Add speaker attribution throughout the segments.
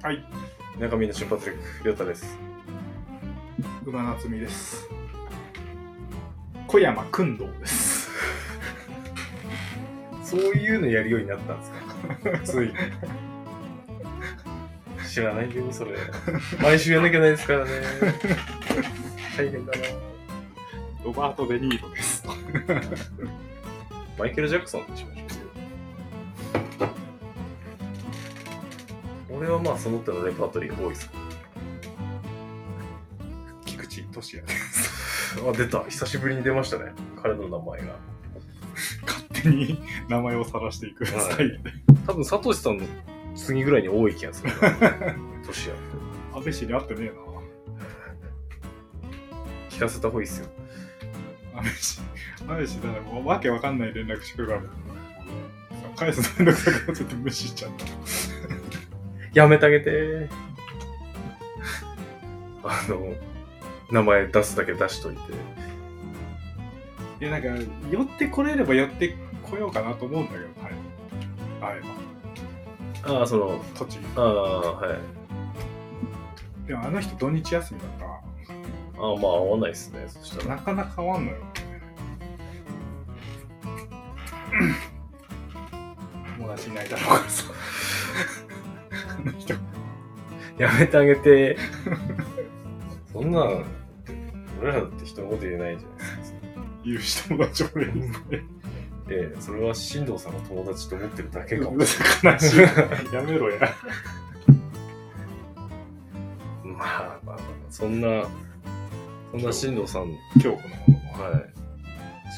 Speaker 1: はい、
Speaker 2: 中身の瞬発力、りょうたです。
Speaker 1: 馬夏美です。小山君堂です。
Speaker 2: そういうのやるようになったんですかつい。知らないよ、それ。毎週やんなきゃないですからね。大変だな。
Speaker 1: ロバート・ベニートです。
Speaker 2: マイケル・ジャクソンにしましょう。俺はまあ、その他のレパートリー多いですか
Speaker 1: 菊池俊也。
Speaker 2: ら。あ、出た。久しぶりに出ましたね。彼の名前が。
Speaker 1: 勝手に名前を晒していくス
Speaker 2: はい
Speaker 1: タイルで。
Speaker 2: 多分、サトシさんの次ぐらいに多い気がするな。年やって。
Speaker 1: 安倍氏に会ってね
Speaker 2: 聞かせた方がいいっすよ。
Speaker 1: えな。安倍氏。安倍氏、だからもうわけわかんない連絡してくるから。返す連絡先をちょっと無視しちゃった。
Speaker 2: やめてあげて。あの、名前出すだけ出しといて。
Speaker 1: いや、なんか、寄ってこれれば寄ってこようかなと思うんだけど、はい。あれは、
Speaker 2: ああ、その、
Speaker 1: 栃木。
Speaker 2: ああ、はい。
Speaker 1: でもあの人土日休みだったか
Speaker 2: ああ、まあ合わないですね、そしたら。
Speaker 1: らなかなか変わ んのよ。友達いないだろうからさ。あの人、
Speaker 2: やめてあげて。 そんなん、俺らだって人のこと言えないじゃないですか。
Speaker 1: 言う人友達俺にいっ ぱい
Speaker 2: ええ、それは進藤さんの友達と思ってるだけかも。
Speaker 1: 悲しい。やめろや。
Speaker 2: まあまあまあ、そんな、そんな進藤さん、
Speaker 1: 今日このものは。
Speaker 2: はい。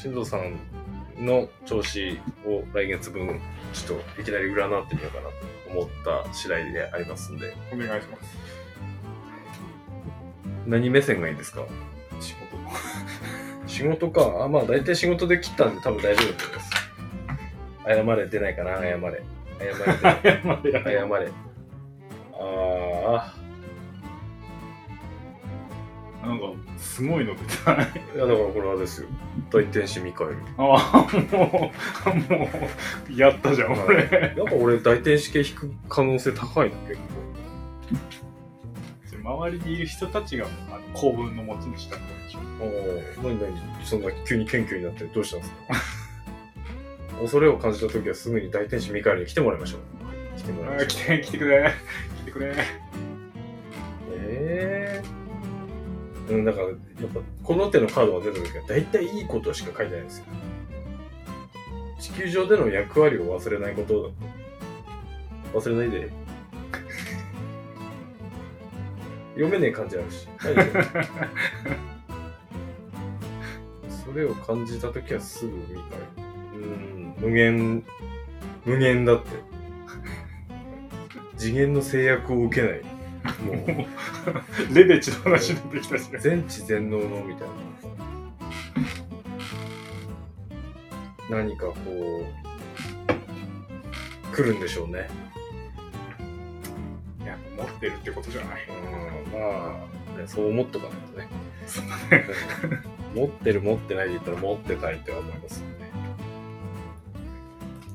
Speaker 2: 進藤さんの調子を来月分、ちょっといきなり占ってみようかなと思った次第でありますんで。
Speaker 1: お願いします。
Speaker 2: 何目線がいいですか
Speaker 1: 仕事。
Speaker 2: 仕事か。あ、まあ大体仕事で切ったんで多分大丈夫だと思います。謝れ出ないかな、謝れ。謝
Speaker 1: 謝
Speaker 2: れ
Speaker 1: れ
Speaker 2: 出ない。謝れ。あ
Speaker 1: なんか、すごいの出てない。
Speaker 2: あ。いや、だからこれはですよ。大天使ミカエル。
Speaker 1: ああ、もう、もう、やったじゃん、俺。
Speaker 2: なんか俺大天使系引く可能性高いな、結構。
Speaker 1: 周りにいる人たちが、あの、幸運の持ち主だったんでしょ。
Speaker 2: おお、なになにそんな急に謙虚になってどうしたんですか恐れを感じた時はすぐに大天使ミカエルに来てもらいましょう。来てもらい
Speaker 1: あ
Speaker 2: まし
Speaker 1: ー
Speaker 2: ょう。
Speaker 1: 来て、来てくれ。来てくれ。
Speaker 2: ええうん、だから、やっぱ、この手のカードが出た時は、大体いいことしか書いてないんですよ。地球上での役割を忘れないこと、忘れないで。 読めねえ感じあるし。それを感じた時はすぐ見たい。うん、無限、無限だって。次元の制約を受けない。もう。
Speaker 1: レベチの話出てきたしね。
Speaker 2: 全知全能のみたいな何かこう来るんでしょうね
Speaker 1: いや、持ってるってことじゃない。
Speaker 2: うんまあねそう思っとかないとねうん持ってる持ってないで言ったら持ってたいって思いますよね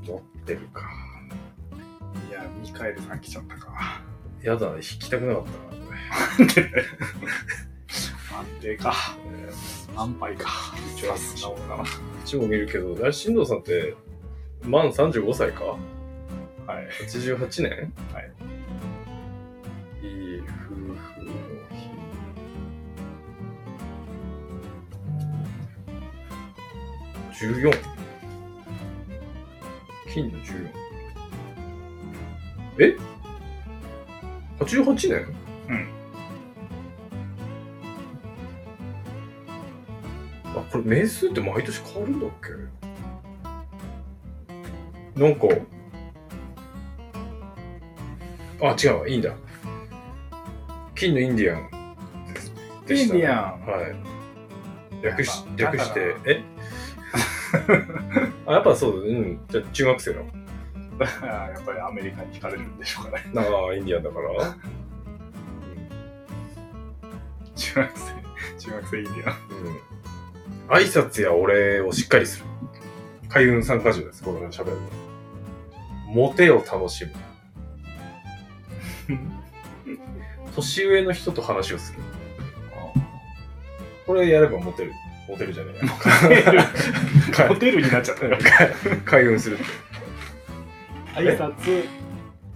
Speaker 2: 持ってるか
Speaker 1: いや、ミカエルさん来ちゃったか。
Speaker 2: やだ引きたくなかったなこ
Speaker 1: 安定か。
Speaker 2: れね
Speaker 1: 安牌か。一応、素直だな。
Speaker 2: 一応見るけどあれ進藤さんって満35歳か
Speaker 1: はい。
Speaker 2: 88年。
Speaker 1: はい
Speaker 2: いい夫婦の日。14金の14え ?88 年
Speaker 1: うん
Speaker 2: あこれ名数って毎年変わるんだっけなんかあ、違うわ、いいんだ。金のインディアン。で
Speaker 1: イ
Speaker 2: し
Speaker 1: ン
Speaker 2: た
Speaker 1: ディアン。
Speaker 2: はい。略し
Speaker 1: い、やまあ
Speaker 2: 略し
Speaker 1: だか、
Speaker 2: てえ あ、やっぱそうだ、うん。じゃあ中学生の。
Speaker 1: だからやっぱりアメリカに惹かれるんでしょうかね。
Speaker 2: なあ、インディアンだから。
Speaker 1: 中学生、中学生いいんだよ。
Speaker 2: うん。挨拶やお礼をしっかりする。海運参加条です、この喋るの。モテを楽しむ。 年上の人と話をする。これやればモテる。モテるじゃねえや。
Speaker 1: ホテルになっちゃったよ。
Speaker 2: 開運する。
Speaker 1: 挨拶、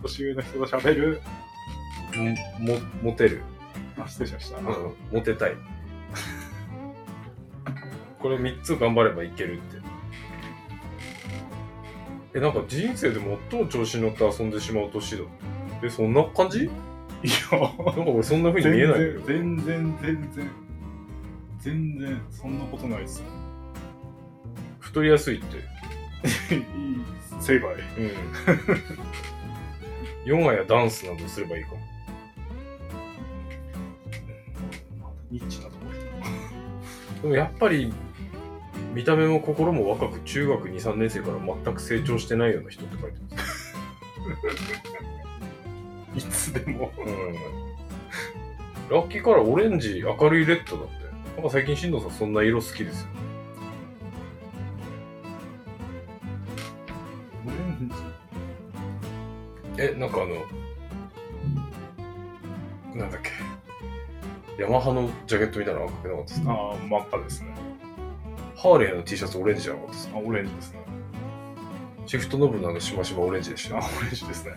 Speaker 1: 年上の人と喋る、
Speaker 2: も、もモテる。
Speaker 1: あ、失礼しました。
Speaker 2: うん、モテたい。これ3つ頑張ればいけるって。え、なんか人生で最も調子に乗って遊んでしまう年だ。え、そんな感じ
Speaker 1: いや、
Speaker 2: なんか俺そんな風
Speaker 1: 全
Speaker 2: に見えな
Speaker 1: 然、
Speaker 2: いんだけど。
Speaker 1: 全然、全然、全然、そんなことないっすよ。
Speaker 2: 太りやすいって。
Speaker 1: いい、成敗。
Speaker 2: うん。ヨガやダンスなどすればいいかも。
Speaker 1: またニッチなところ。
Speaker 2: でもやっぱり、見た目も心も若く中学2、3年生から全く成長してないような人って書いてます。
Speaker 1: いつでも。
Speaker 2: うん。ラッキーカラーオレンジ、明るいレッドだって。なんか最近進藤さんそんな色好きですよ。
Speaker 1: オレンジ
Speaker 2: え、なんかあの、なんだっけ。ヤマハのジャケットみたいなの赤くなかったですか
Speaker 1: ああ、真っ赤ですね。
Speaker 2: ハーレーの T シャツオレンジじゃなかったですか
Speaker 1: あ、オレンジですね。
Speaker 2: シフトノブのあのしましまオレンジでした
Speaker 1: あ、。オレンジですね。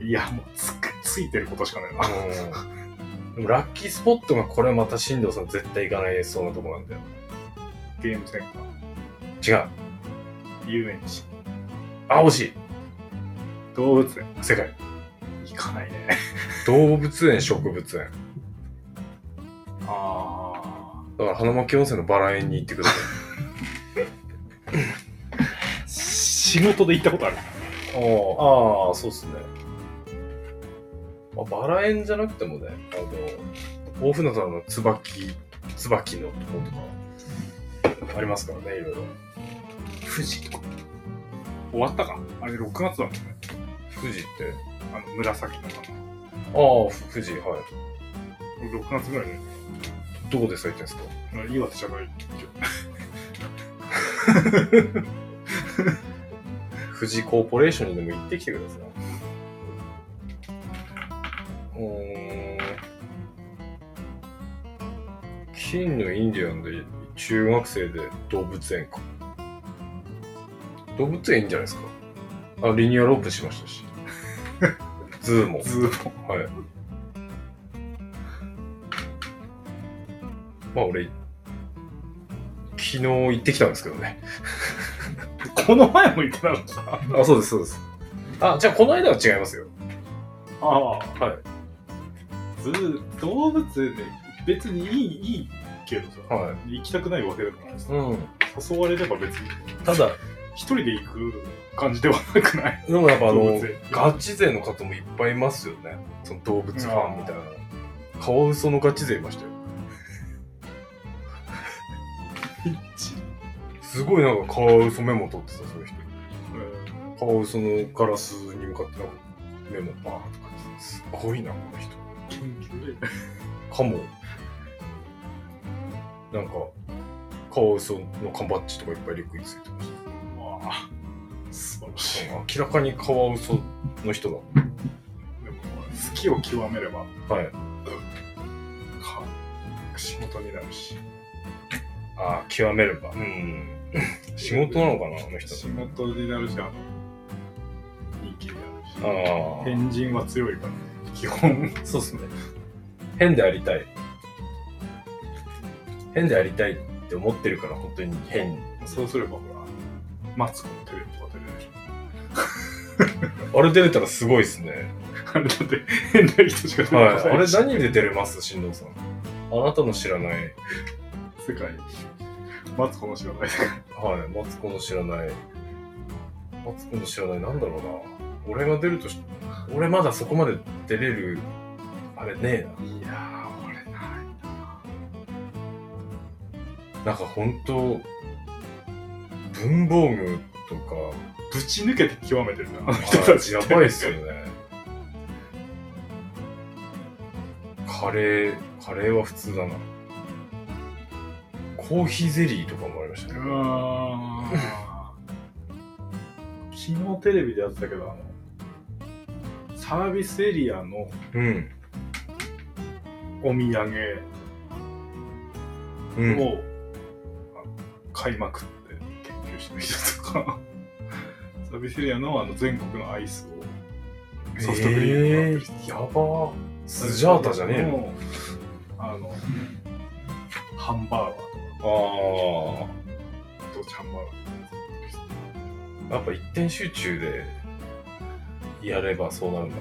Speaker 1: いや、もうつく、ついてることしかないな。
Speaker 2: うんでもラッキースポットがこれまた進藤さん絶対行かないそうなとこなんだよ。
Speaker 1: ゲームセンタ
Speaker 2: 違う。
Speaker 1: ー、遊園地、
Speaker 2: あ、惜しい。
Speaker 1: 動物園。
Speaker 2: 世界。
Speaker 1: 行かないね。
Speaker 2: 動物園、植物園。
Speaker 1: あ
Speaker 2: だから花巻温泉のバラ園に行ってくださ
Speaker 1: あ。仕事で行ったことある。
Speaker 2: い。ああ、そうっすね。まあ、バラ園じゃなくてもね、あの、大船さんの椿、椿のとことか、ありますからね、いろいろ。
Speaker 1: 富士とか。終わったかあれ、6月だもんね。
Speaker 2: 富士って、
Speaker 1: あの、紫のか
Speaker 2: ああ、ふ富士、はい。
Speaker 1: な。6月ぐらいで。
Speaker 2: どこで咲いてんですか
Speaker 1: あ岩手じゃない。
Speaker 2: 富士コーポレーションにでも行ってきてください。うーん。金のインディアンで中学生で動物園か。動物園いいんじゃないですか。あ、リニューアルオープンしました し。ズーも。
Speaker 1: ズーム。
Speaker 2: はい。まあ俺、昨日行ってきたんですけどね。
Speaker 1: この前も行ってなかった。
Speaker 2: あ、そうです、そうです。あ、じゃあこの間は違いますよ。
Speaker 1: ああ。
Speaker 2: はい。
Speaker 1: ずー動物園で別にいい、いいけどさ、
Speaker 2: は
Speaker 1: 行きたくないわけでもない
Speaker 2: い。うん。
Speaker 1: 誘われれば別に、
Speaker 2: ただ、
Speaker 1: 一人で行く感じではなくない
Speaker 2: でもやっぱあ
Speaker 1: 動
Speaker 2: の
Speaker 1: 物園、
Speaker 2: ガチ勢の方もいっぱいいますよね。その動物ファンみたいな。カワウソのガチ勢いましたよ。すごいなんかカワウソメモ取ってた、そういう人。カワウソのガラスに向かってなんかメモバーンとかってすごいな、この人。
Speaker 1: 研究で。
Speaker 2: カモ。なんか、カワウソの缶バッジとかいっぱいリュックについてました。
Speaker 1: まあ、素晴らしい。
Speaker 2: 明らかにカワウソの人
Speaker 1: でも、好きを極めれば、
Speaker 2: だ。はい。
Speaker 1: か、仕事になるし。
Speaker 2: ああ、極めれ ば。うん。仕事なのかな、あの人。
Speaker 1: 仕事になるし、あの、人気になるし。
Speaker 2: ああ。
Speaker 1: 変人は強いから、基本。
Speaker 2: そうっすね。変でありたい。変でありたいって思ってるから、本当に変。
Speaker 1: そうすれば、ほら、マツコのテレビとか出れるでしょ。
Speaker 2: あれ出れたらすごいっすね。
Speaker 1: あれだって、変な人しか出てこな
Speaker 2: は。
Speaker 1: い いし。
Speaker 2: あれ何で出れます新藤さん。あなたの知らない。
Speaker 1: 世界。マツコの知らない世界。
Speaker 2: はい。マツコの知らない。マツコの知らない、なんだろうな。俺が出るとし、俺まだそこまで出れる、あれねえな。
Speaker 1: いやー、俺ない。
Speaker 2: なんか本当文房具とか、
Speaker 1: ぶち抜けて極めて るな、あの人たち。
Speaker 2: やばいっすよね。カレー、カレーは普通だな。コーヒーゼリーとかもありましたね。
Speaker 1: あー昨日テレビでやってたけど、あの、サービスエリアの
Speaker 2: うん。
Speaker 1: お土産
Speaker 2: うん。
Speaker 1: をあ買いまくって研究してる人とか、 サービスエリアのあの全国のアイスをソフトクリームになってる人
Speaker 2: えーやばー。スジャータじゃねえの
Speaker 1: のあの、ハンバーガーとか、
Speaker 2: あ
Speaker 1: どっちハンバーガーとかやってる人
Speaker 2: あ。やっぱ一点集中でやればそうなるんだ。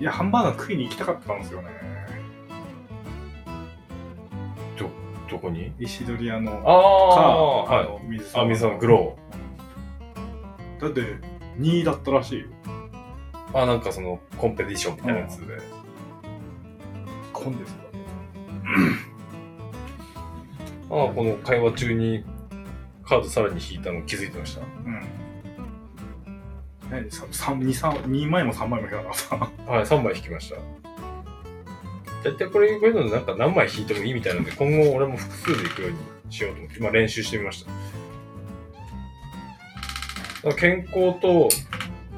Speaker 1: いや、ハンバーガー食いに行きたかったんですよね。
Speaker 2: どこに
Speaker 1: 石取屋の
Speaker 2: あ
Speaker 1: か、
Speaker 2: あ。
Speaker 1: あ
Speaker 2: は
Speaker 1: の水
Speaker 2: い。あ、水さん、グ
Speaker 1: ロだ
Speaker 2: ロ
Speaker 1: って、2位だったらしいよ。
Speaker 2: ー。あ、なんかその、コンペティションみたいなやつで。
Speaker 1: 混んですか
Speaker 2: ああ、この会話中にカードさらに引いたの気づいてました。
Speaker 1: うん。何 ?2、3、2枚も3枚も減らなかった。
Speaker 2: はい、3枚引きました。大体これ、こういうのなんか何枚引いてもいいみたいなんで、今後俺も複数で行くようにしようと思って、今練習してみました。だから健康と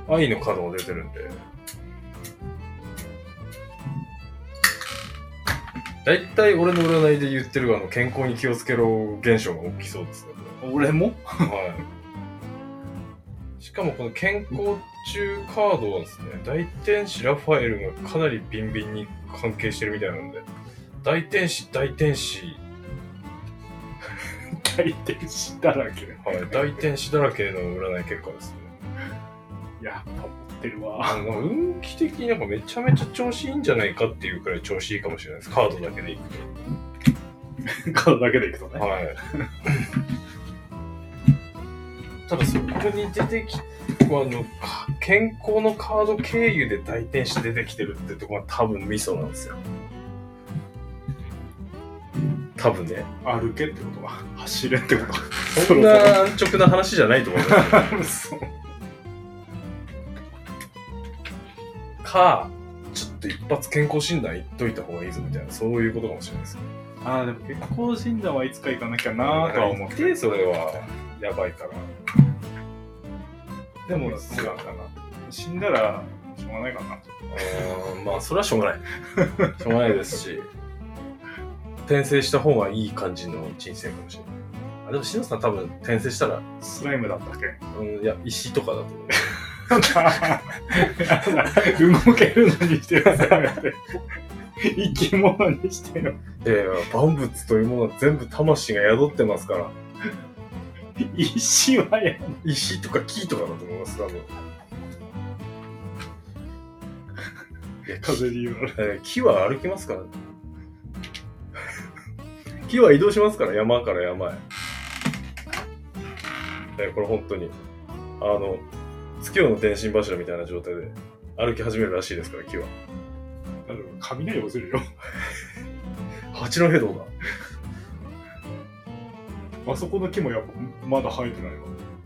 Speaker 2: 愛のカードが出てるんで。大体俺の占いで言ってるあの健康に気をつけろ現象が起きそうですね。これ
Speaker 1: 俺も
Speaker 2: はい。しかもこの健康中カードはですね、大天使ラファエルがかなりビンビンに関係してるみたいなんで、大天使、大天使、
Speaker 1: 大天使だらけ。
Speaker 2: はい、大天使だらけの占い結果ですね。
Speaker 1: やっぱ持ってるわ。
Speaker 2: あの運気的になんかめちゃめちゃ調子いいんじゃないかっていうくらい調子いいかもしれないです。カードだけでいく
Speaker 1: カードだけでいくと
Speaker 2: と。
Speaker 1: ね。
Speaker 2: はい。 ただそこに出てき、あの、か健康のカード経由で大天使出てきてるってとこが多分ミソなんですよ。多分 ね。
Speaker 1: 歩けってことは、走れってことは。
Speaker 2: そんな安直な話じゃないと思いま す
Speaker 1: そ
Speaker 2: よ。
Speaker 1: う
Speaker 2: か、ちょっと一発健康診断行っといた方がいいぞみたいな、そういうことかもしれないですよ。
Speaker 1: ああ、でも結婚診断はいつか行かなきゃなーとは思って
Speaker 2: 行ってそれは、やばいから。
Speaker 1: でも、
Speaker 2: そうなんだな。
Speaker 1: 死んだら、しょうがないかな。
Speaker 2: うーんまあそれはしょうがないしょうがないですし転生した方がいい感じの人生かもしれないあでもしのさん多分転生したら、
Speaker 1: スライムだったっけ
Speaker 2: うん、いや石とかだと思う
Speaker 1: 動けるのにしてるせめて生き物にしてよ
Speaker 2: いやいや万物というものは全部魂が宿ってますから
Speaker 1: 石はや
Speaker 2: 石とか木とかだと思います多分いや
Speaker 1: 風
Speaker 2: 風、
Speaker 1: に言われる
Speaker 2: えー木は歩きますから 木は移動しますから山から山へ、えーこれ本当にあの月夜の天神柱みたいな状態で歩き始めるらしいですから木は
Speaker 1: 雷落ちるよ
Speaker 2: 八戸堂だ
Speaker 1: あそこの木もやっぱまだ生えてない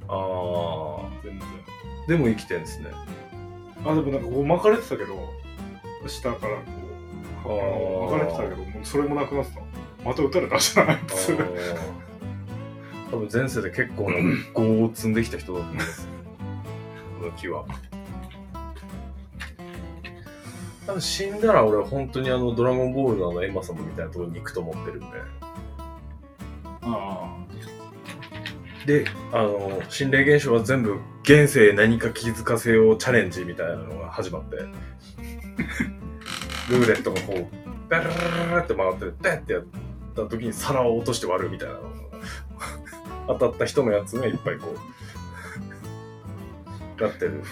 Speaker 1: わ
Speaker 2: あ
Speaker 1: 全然
Speaker 2: ーでも生きてんですね
Speaker 1: あでもなんかこう巻かれてたけど下からこう
Speaker 2: あー
Speaker 1: 巻かれてたけどもうそれもなくなってたまた撃たれたじゃない
Speaker 2: あー多分前世で結構な業を積んできた人だと思いますこの木は多分死んだら俺は本当にあのドラゴンボールのあのエンマ様みたいなところに行くと思ってるん
Speaker 1: あ
Speaker 2: でであの心霊現象は全部現世へ何か気づかせようチャレンジみたいなのが始まってルーレットがこうダラララって回ってダッてやった時に皿を落として割るみたいなのが 当たった人のやつがいっぱいこう なってる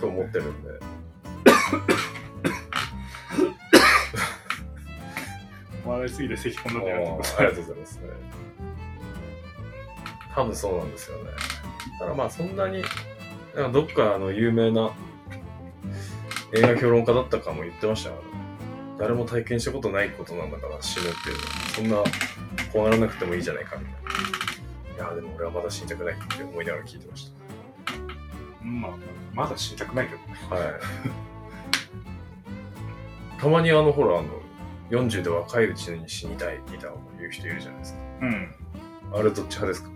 Speaker 2: と思ってるんで
Speaker 1: 笑いすぎて咳込んだんじゃない
Speaker 2: あーありがとうございますね。 多分そうなんですよね。ただまあそんなに、なんかどっかあの有名な映画評論家だったかも言ってましたから、誰も体験したことないことなんだから死ぬっていうのは、そんな怖がらなくてもいいじゃないかみたいな。いや、でも俺はまだ死にたくないって思いながら聞いてまし
Speaker 1: うんまあま だ死にたくないけど
Speaker 2: た。はい。たまにあの、ほら、あの、 40で若いうちに死にたいみたいなこと言う人いるじゃないですか。
Speaker 1: うん。
Speaker 2: あれどっち派ですか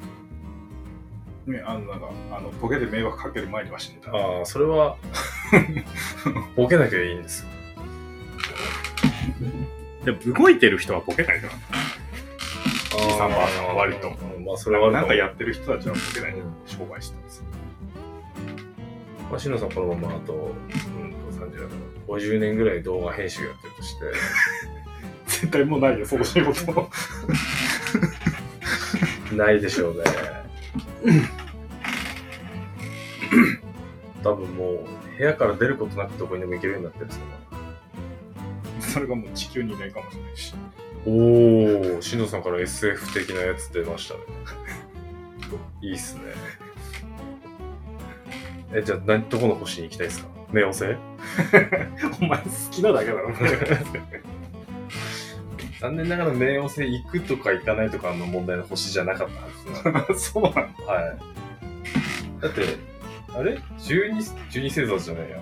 Speaker 1: ね、あの、なんか、あの、ボケで迷惑かける前には死んでた。
Speaker 2: ああ、それは、 ボケなきゃいいんですよ。
Speaker 1: でも、動いてる人はボケないから。
Speaker 2: じ
Speaker 1: いさんばあさんは割と
Speaker 2: まあ、それはある
Speaker 1: なんか
Speaker 2: や
Speaker 1: やってる人たちはボケない
Speaker 2: うん
Speaker 1: 商売してます。
Speaker 2: まあ、しのさんこのままあと、うんと30だから、50年ぐらい動画編集やってるとして、
Speaker 1: 絶対もうないよ、その仕事。
Speaker 2: ないでしょうね。多分もう部屋から出ることなくどこにでも行けるようになってるんですよね。
Speaker 1: それがもう地球にいないかもしれないし。
Speaker 2: おお、しのさんから SF 的なやつ出ま したね。いいっすね。え、じゃあ何、どこの星に行きたいですか冥王星
Speaker 1: お前好きなだけだ ろ。
Speaker 2: 残念ながら冥王星行くとか行かないとかの問題の星じゃなかったはずなんで
Speaker 1: そうなの
Speaker 2: はい。だって、あれ ?12、12星座じゃないや。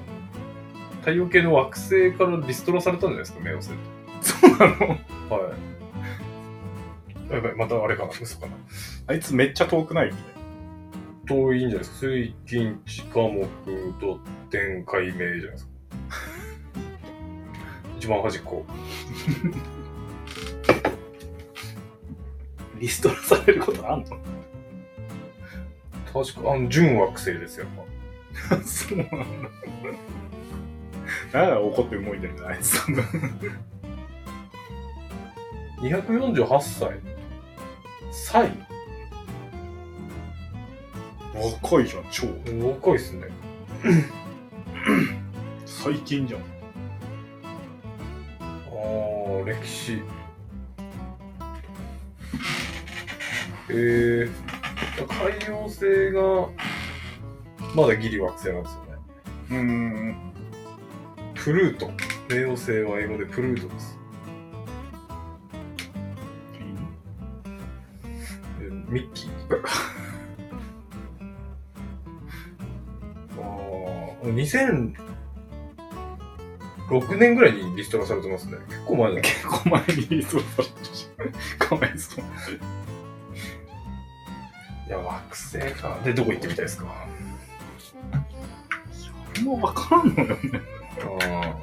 Speaker 2: 太陽系の惑星からリストラされたんじゃないですか、冥王星って。
Speaker 1: そうなの
Speaker 2: はい。やばい、またあれかな、嘘かな。
Speaker 1: あいつめっちゃ遠くない
Speaker 2: 遠いんじゃないですか。水、金、地、火、木、土、天、海、明じゃないですか。一番端っこ。
Speaker 1: リストラされることあんの
Speaker 2: 確か、あの、純惑星ですよ、やっぱ。
Speaker 1: そうなのだから怒って動いてるんだ、あいつ多分。
Speaker 2: 248歳。歳
Speaker 1: 若いじゃん、超。
Speaker 2: 若いっすね。
Speaker 1: 最近じゃん。
Speaker 2: ああ、歴史。えー、海洋星が、まだギリ惑星なんですよね。
Speaker 1: うーん。
Speaker 2: プルート。冥王星は英語でプルートです。えーミッキー。 ああ、2006年ぐらいにリストラされてますね。結構前だね。
Speaker 1: 結構前にリストラされてるじゃん。かわいそう。
Speaker 2: いや、惑星か。で、どこ行ってみたいですか
Speaker 1: もうわからんのよ。
Speaker 2: あー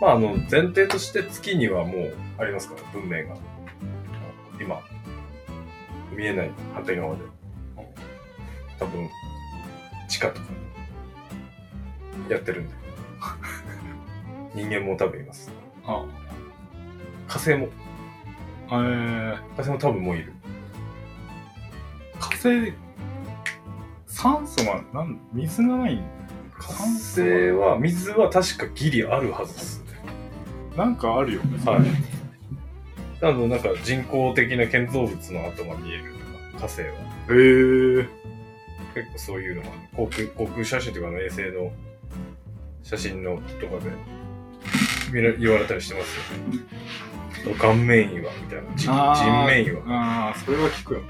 Speaker 2: まあ、あの、前提として月にはもうありますから、文明が。今、見えない反対側で。多分、地下とか、やってるんで。人間も多分います。
Speaker 1: あ、
Speaker 2: 火星も、
Speaker 1: えー、
Speaker 2: 火星も多分もういる。
Speaker 1: 火星、酸素は、なん、水がない
Speaker 2: 火星は、水は確かギリあるはずです。
Speaker 1: なんかあるよね。
Speaker 2: はい。あの、なんか人工的な建造物の跡が見えるとか、火星は。
Speaker 1: へー。
Speaker 2: 結構そういうのが航空航空写真とかの衛星の写真のとかで見ら言われたりしてますよ、ね、顔面岩みたいな人
Speaker 1: あー
Speaker 2: 人面岩、はい、
Speaker 1: ああ、それは聞くよ。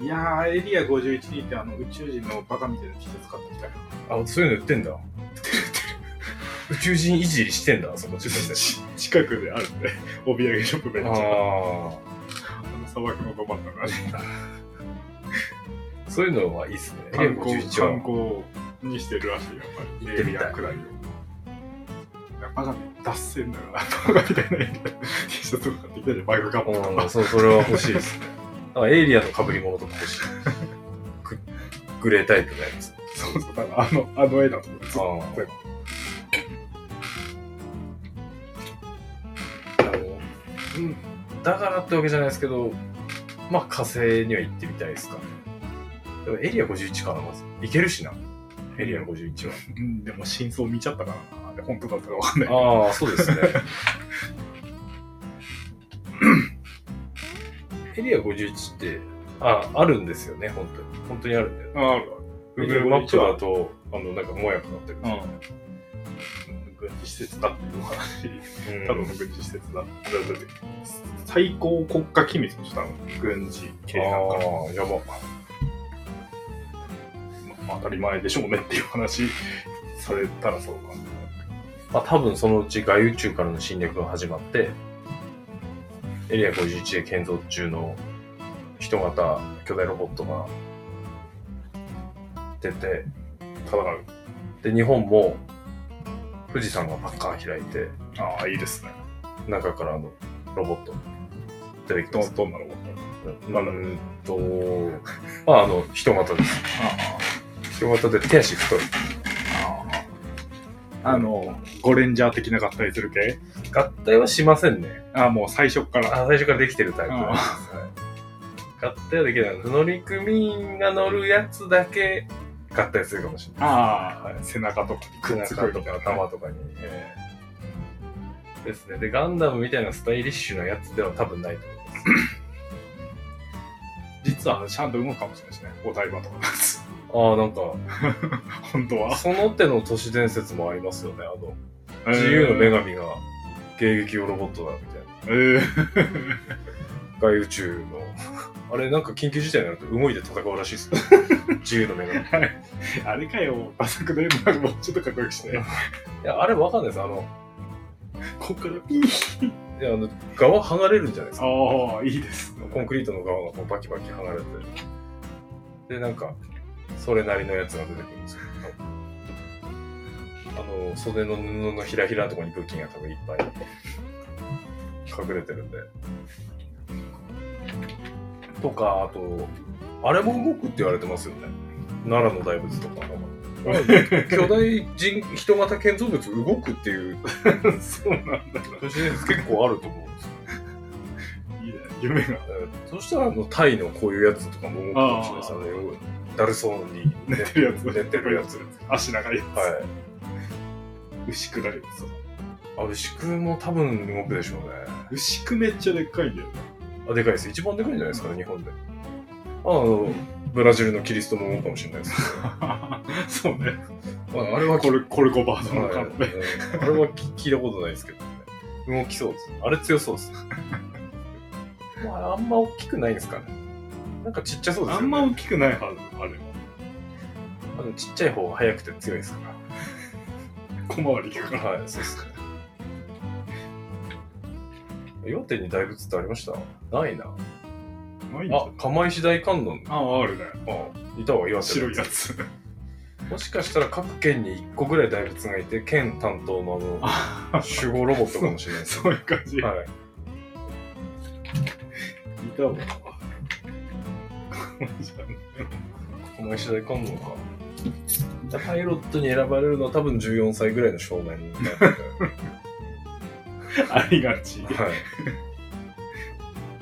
Speaker 1: いやー、エリア51にってあの宇宙人のバカみたいな T シャツ買ってきたよ。
Speaker 2: あそういうの売ってんだ宇宙人いじりしてんだそこ自分で
Speaker 1: 近くであるんで、お土産ショップめっち
Speaker 2: あ
Speaker 1: ゃ。
Speaker 2: あ
Speaker 1: あの砂漠のど真ん中に。
Speaker 2: ーそういうのはいいっすね
Speaker 1: 観光、
Speaker 2: 51
Speaker 1: 観
Speaker 2: は
Speaker 1: 光にしてるらしい、やっぱり。
Speaker 2: 行っ
Speaker 1: エ
Speaker 2: てみたい
Speaker 1: リアくらいを。いやバカみ脱線だから、バカみたいなエリ ア T シャツを買ってきたじゃん、バイクカップと
Speaker 2: うん
Speaker 1: か。
Speaker 2: そうそれは欲しいですねあエイリアンの被り物とか欲しいググレータイプのやつ
Speaker 1: そうそう、だからあの、あの絵だと思って。
Speaker 2: ああ
Speaker 1: そう
Speaker 2: うんだからってわけじゃないですけど、まあ火星には行ってみたいですかね。でもエリア51かな、まず。行けるしな。エリア51は。
Speaker 1: うん、でも真相見ちゃったからな。あれ本当だったかわかんない。
Speaker 2: ああ、そうですね。エリア51って、あ、あるんですよね、本当に。本当にあるんだよ。
Speaker 1: あある
Speaker 2: Google マップだと、あの、なんかもやくなってるんですよ。
Speaker 1: うん。軍事施設だっていう話、
Speaker 2: うん
Speaker 1: 多分軍事施設だって、だって最高国家機密でしょ、多分軍事系なんかの、
Speaker 2: ああ、やば。
Speaker 1: まあ当たり前でしょうねっていう話されたらそうかな。
Speaker 2: まあ、多分そのうち外宇宙からの侵略が始まって、エリア51で建造中の人型巨大ロボットが出て戦う。で、日本も富士山がパッカーン開いて、
Speaker 1: ああ、いいですね。
Speaker 2: 中からあのロボット出てき
Speaker 1: ど
Speaker 2: ます
Speaker 1: ん。どんなのかな
Speaker 2: まあ、うーんと、まあ、あの、人型です。
Speaker 1: あ
Speaker 2: 人型で手足太い。
Speaker 1: ああああの、ゴレンジャー的な合体する系
Speaker 2: 合体はしませんね。
Speaker 1: ああ、もう最初から。
Speaker 2: あ最初からできてるタイプ
Speaker 1: あ
Speaker 2: なんです。はい合体はできない。乗組員が乗るやつだけ合体するかもしれない。
Speaker 1: ああ、背中とかにく
Speaker 2: 背
Speaker 1: っつく
Speaker 2: 中
Speaker 1: と
Speaker 2: と
Speaker 1: か
Speaker 2: か
Speaker 1: ね、
Speaker 2: 頭とかに。えーですね。で、ガンダムみたいなスタイリッシュなやつでは多分ないと思います。
Speaker 1: 実はちゃんと動くかもしれないですね。お台場とかのやつ。
Speaker 2: ああ、なんか、
Speaker 1: 本当 は。
Speaker 2: その手の都市伝説もありますよね。あの、自由の女神が迎撃用ロボットだみたいな。
Speaker 1: えー、え
Speaker 2: 外宇宙の あれなんか緊急事態になると動いて戦うらしいですよ自由の 女神い
Speaker 1: ーあれかよ、馬作で、なんかもうちょっとかっこよくして。
Speaker 2: やあれわかんないですあの
Speaker 1: こっからピー。
Speaker 2: いやあの側離れるんじゃないですか
Speaker 1: ああ、いいですね。
Speaker 2: コンクリートの側がこうバキバキ離れてでなんかそれなりのやつが出てくるんですけどあの袖の布のひらひらのところに武器が多分いっぱい隠れてるんでとかあとあれも動くって言われてますよね奈良の大仏とかなんか巨大人人型建造物動くって いう
Speaker 1: そうなんだ。
Speaker 2: 都市伝説結構あると思うんです
Speaker 1: い
Speaker 2: よ
Speaker 1: いね。夢が。
Speaker 2: えーそしたらあのタイのこういうやつとかも動くかもしれないですよねだるそうに
Speaker 1: 寝てるやつ。
Speaker 2: 寝てるやつ。
Speaker 1: 足長いやつ。
Speaker 2: はい
Speaker 1: 牛下りです。
Speaker 2: あ牛久も多分動くでしょうね
Speaker 1: 牛久めっちゃでっかいんだよね。
Speaker 2: あでかいです一番でかいんじゃないですかね日本でああのブラジルのキリストも動くかもしれないです
Speaker 1: そうね。
Speaker 2: ああれは
Speaker 1: コ
Speaker 2: れ、
Speaker 1: ルコルコバードの
Speaker 2: はい
Speaker 1: カ
Speaker 2: うん
Speaker 1: ップ。
Speaker 2: あれは聞いたことないですけどね動きそうですあれ強そうですまああんま大きくないんですかねなんかちっちゃそうです
Speaker 1: あ
Speaker 2: よね
Speaker 1: んま大きくないはず、あれは。
Speaker 2: あのちっちゃい方が速くて強いですから
Speaker 1: 小回りだから。
Speaker 2: はい、そうですね。岩手に大仏ってありましたないな。
Speaker 1: ないんだ
Speaker 2: あ、釜石大観音。
Speaker 1: ああ、あるね。
Speaker 2: あ、いたわ、岩手
Speaker 1: 白
Speaker 2: の
Speaker 1: いやつ。
Speaker 2: もしかしたら各県に1個ぐらい大仏がいて、県担当の
Speaker 1: あ
Speaker 2: あの、守護ロボットかもしれないです。
Speaker 1: そういう感じ。
Speaker 2: はい。
Speaker 1: いたわ。
Speaker 2: 釜石大観音か。パイロットに選ばれるのは多分14歳ぐらいの少年だったから
Speaker 1: ありがち。
Speaker 2: はい。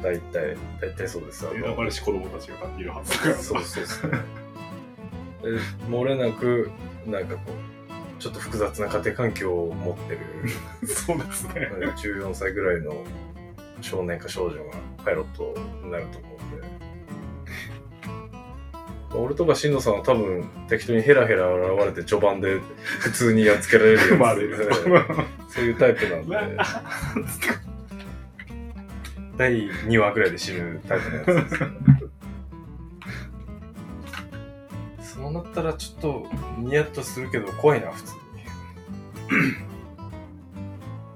Speaker 2: 大体、大体そうです。あの
Speaker 1: 選ばれし子供たちが立っているはずだから。
Speaker 2: そうそうそう。で漏れなく、なんかこう、ちょっと複雑な家庭環境を持ってる、
Speaker 1: そうですね。
Speaker 2: 14歳ぐらいの少年か少女がパイロットになると思うんで。俺とか進藤さんは多分適当にヘラヘラ現れて序盤で普通にやっつけられるやつ
Speaker 1: 組 ま れる。
Speaker 2: そういうタイプなんで、第2話ぐらいで死ぬタイプのやつですけどそうなったらちょっとニヤッとするけど怖いな普通に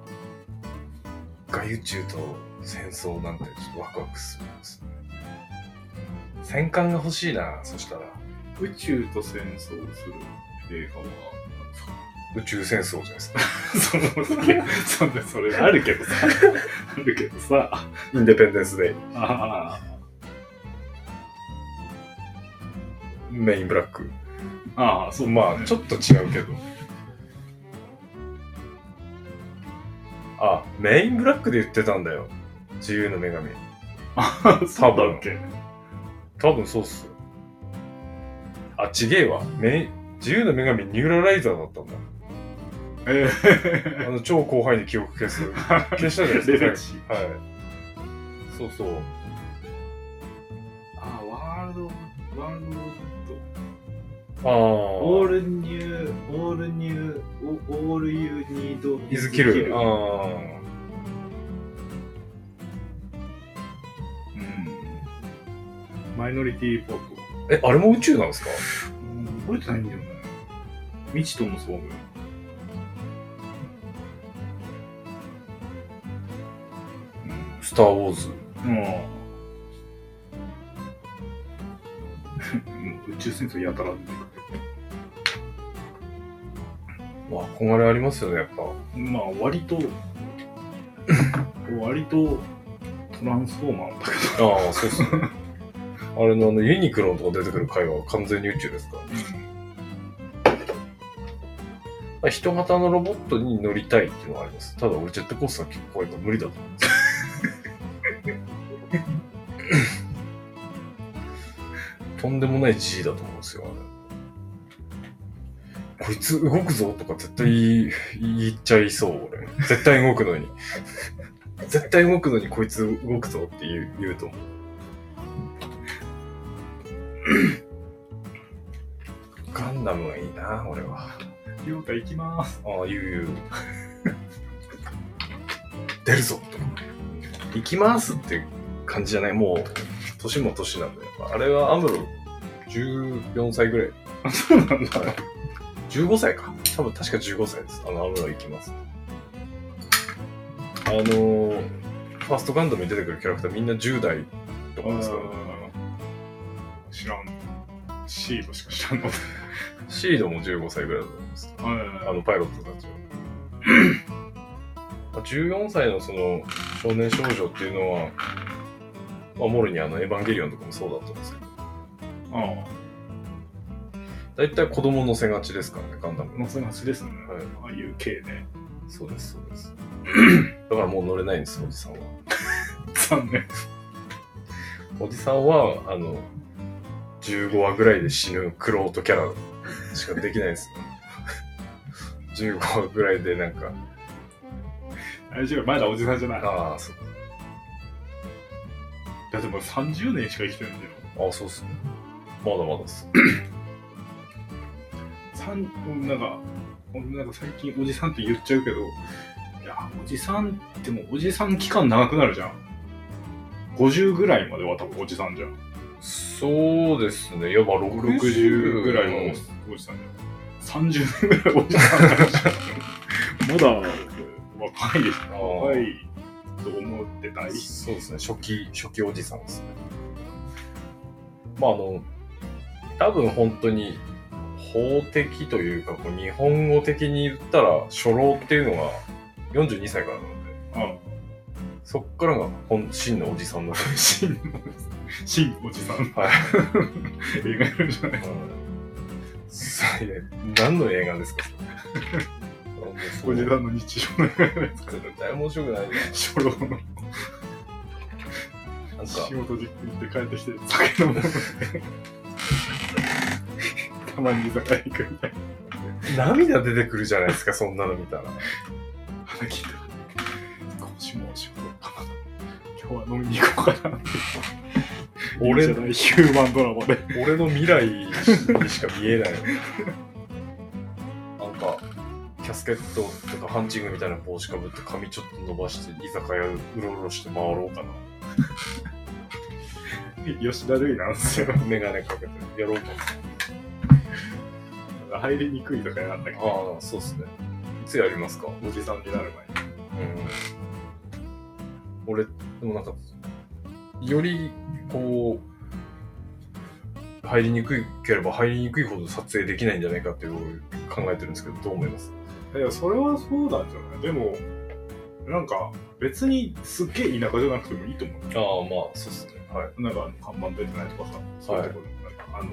Speaker 2: 外宇宙と戦争なんてちょっとワクワクするんですね戦艦が欲しいなそしたら
Speaker 1: 宇宙と戦争する映画は何ですか
Speaker 2: 宇宙戦争じゃないですか
Speaker 1: そのそんなそれあるけどさあるけどさ
Speaker 2: インデペンデンスデイ
Speaker 1: あ
Speaker 2: メインブラック
Speaker 1: ーあーそう
Speaker 2: まあちょっと違うけどあメインブラックで言ってたんだよ自由の女神
Speaker 1: あそうだっけ
Speaker 2: 多分そうっすよあちげえわメイン自由の女神ニューラライザー だったんだ
Speaker 1: え
Speaker 2: あの超広範囲に記憶消す消したじゃない
Speaker 1: ー、
Speaker 2: で
Speaker 1: レ
Speaker 2: すか
Speaker 1: ベチ
Speaker 2: はいそうそう
Speaker 1: あーワールドワールド
Speaker 2: ああ
Speaker 1: オールニューオールニューオールユーニード
Speaker 2: イズキルああ
Speaker 1: うんマイノリティポート
Speaker 2: えあれも宇宙なんですか
Speaker 1: うん覚えてないんだよね未知ともそうだよ
Speaker 2: スター・ウォーズ。
Speaker 1: うん。宇宙戦争やたら出てく
Speaker 2: まあ、憧れありますよね、やっぱ。
Speaker 1: る。まあ、割と、割と、トランスフォーマーだけ
Speaker 2: ああ、そうっすね。あれのあの、ユニクロのとか出てくる回は完全に宇宙ですかあ人型のロボットに乗りたいっていうのはあります。ただ俺ジェットコースター結構怖いから無理だと思うんですよとんでもない G だと思うんですよ、あれ。こいつ動くぞとか絶対言い言っちゃいそう、俺。絶対動くのに。絶対動くのにこいつ動くぞって言う言うと思う。 ガンダムがいいな、俺は。
Speaker 1: りょうた行きます。
Speaker 2: ああ、言う 言う。出るぞとか。行きますって感じじゃない。もう、年も年なんで。あれはアムロ、14歳ぐらい。
Speaker 1: そうなんだ。
Speaker 2: 15歳か。多分確か15歳です。あの、アムロ行きます。あのー、ファーストガンダムに出てくるキャラクターみんな10代とかですから、
Speaker 1: 知らん。シードしか知らんの。
Speaker 2: シードも15歳ぐらいだと思います。あのパイロットたちは。まあ14歳のその少年少女っていうのは、まあ、もろにあのエヴァンゲリオンとかもそうだと思うんですけど、
Speaker 1: ああ、
Speaker 2: 大体子供乗せがちですからね、ガンダム
Speaker 1: ま
Speaker 2: の
Speaker 1: あ、。そういう話ですね。
Speaker 2: はい
Speaker 1: ああいう系ね。
Speaker 2: そうです、そうです。だからもう乗れないんです、おじさんは。
Speaker 1: 残念。
Speaker 2: おじさんは、あの、15話ぐらいで死ぬクロートキャラしかできないです。15話ぐらいでなんか、
Speaker 1: 大丈夫、まだおじさんじゃない。だ
Speaker 2: ああ、そう
Speaker 1: ってもう30年しか生きてるんだよ。
Speaker 2: あそうっすね。まだまだっす。
Speaker 1: さんなんか、なんか最近おじさんって言っちゃうけど、いや、おじさんってもうおじさん期間長くなるじゃん。50ぐらいまでは多分おじさんじゃん。
Speaker 2: そうですね。いや、まあ、
Speaker 1: 60
Speaker 2: 60
Speaker 1: ぐらい
Speaker 2: の
Speaker 1: はおじさんじゃん。30年ぐらいおじさんだから。まだ若いでし
Speaker 2: あー
Speaker 1: ょ。若いと思ってたい。
Speaker 2: そうですね。初期、初期おじさんですね。まあ、あの、多分本当に、法的というか、こう日本語的に言ったら、初老っていうのが42歳からなので、
Speaker 1: うん。
Speaker 2: そっからが本真のおじさんなんで
Speaker 1: 新の、新おじさん。
Speaker 2: はい。
Speaker 1: 映画やるじゃない。
Speaker 2: すよ。いや何の映 画ですかあもうそ
Speaker 1: お
Speaker 2: う
Speaker 1: じさんの日常の映画やる。
Speaker 2: 絶対面白くないね。
Speaker 1: 初老の
Speaker 2: なんか、
Speaker 1: 仕事実行って帰ってきて酒飲むたまに居酒屋行くみたいな
Speaker 2: 涙出てくるじゃないですか、そんなの見たら。
Speaker 1: 話聞いた今週も仕事かな今日は飲みに行こうかな俺
Speaker 2: 俺
Speaker 1: じゃないヒューマンドラマで
Speaker 2: 俺の未来にしか見 えないなんかキャスケットとかハンチングみたいな帽子かぶって髪ちょっと伸ばして居酒屋うろうろして回ろうかな
Speaker 1: 吉田類なんですよ
Speaker 2: メガネかけてやろうかな
Speaker 1: 入りにくい居酒屋なんだけど
Speaker 2: ああそうっすねいつやりますか
Speaker 1: おじさんになる
Speaker 2: うん俺でもなんかよりこう入りにくいければ入りにくいほど撮影できないんじゃないかっていう考えてるんですけどどう思います
Speaker 1: 前にいやそれはそうなんじゃないでもなんか別にすっげえ田舎じゃなくてもいいと思う
Speaker 2: ああまあそうっすねはい
Speaker 1: なんかあの看板出てないとかさ、そういうところでもなんか、あの、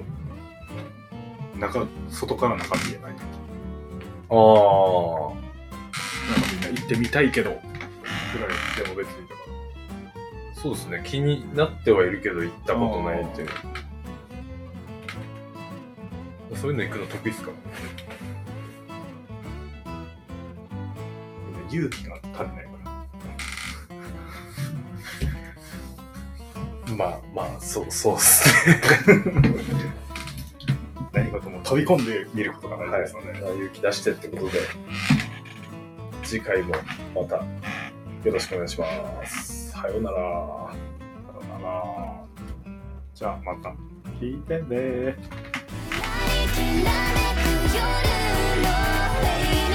Speaker 1: 中、外から中見えないとか、
Speaker 2: ああ、
Speaker 1: なんかみんな行ってみたいけど、ぐらいでも別にだか
Speaker 2: そうですね。気になってはいるけど行ったことないっていう。そういうの行くの得意ですか
Speaker 1: ら、みんな勇気が足りないから。
Speaker 2: まあまあ、そう、そうっすね。
Speaker 1: 何事も飛び込んで見ることが大事ですよね。
Speaker 2: 勇気出してってことで、次回もまたよろしくお願いします。さようなら。
Speaker 1: だからなじゃあまた、聞いてねー。
Speaker 3: きらめく夜のフェイス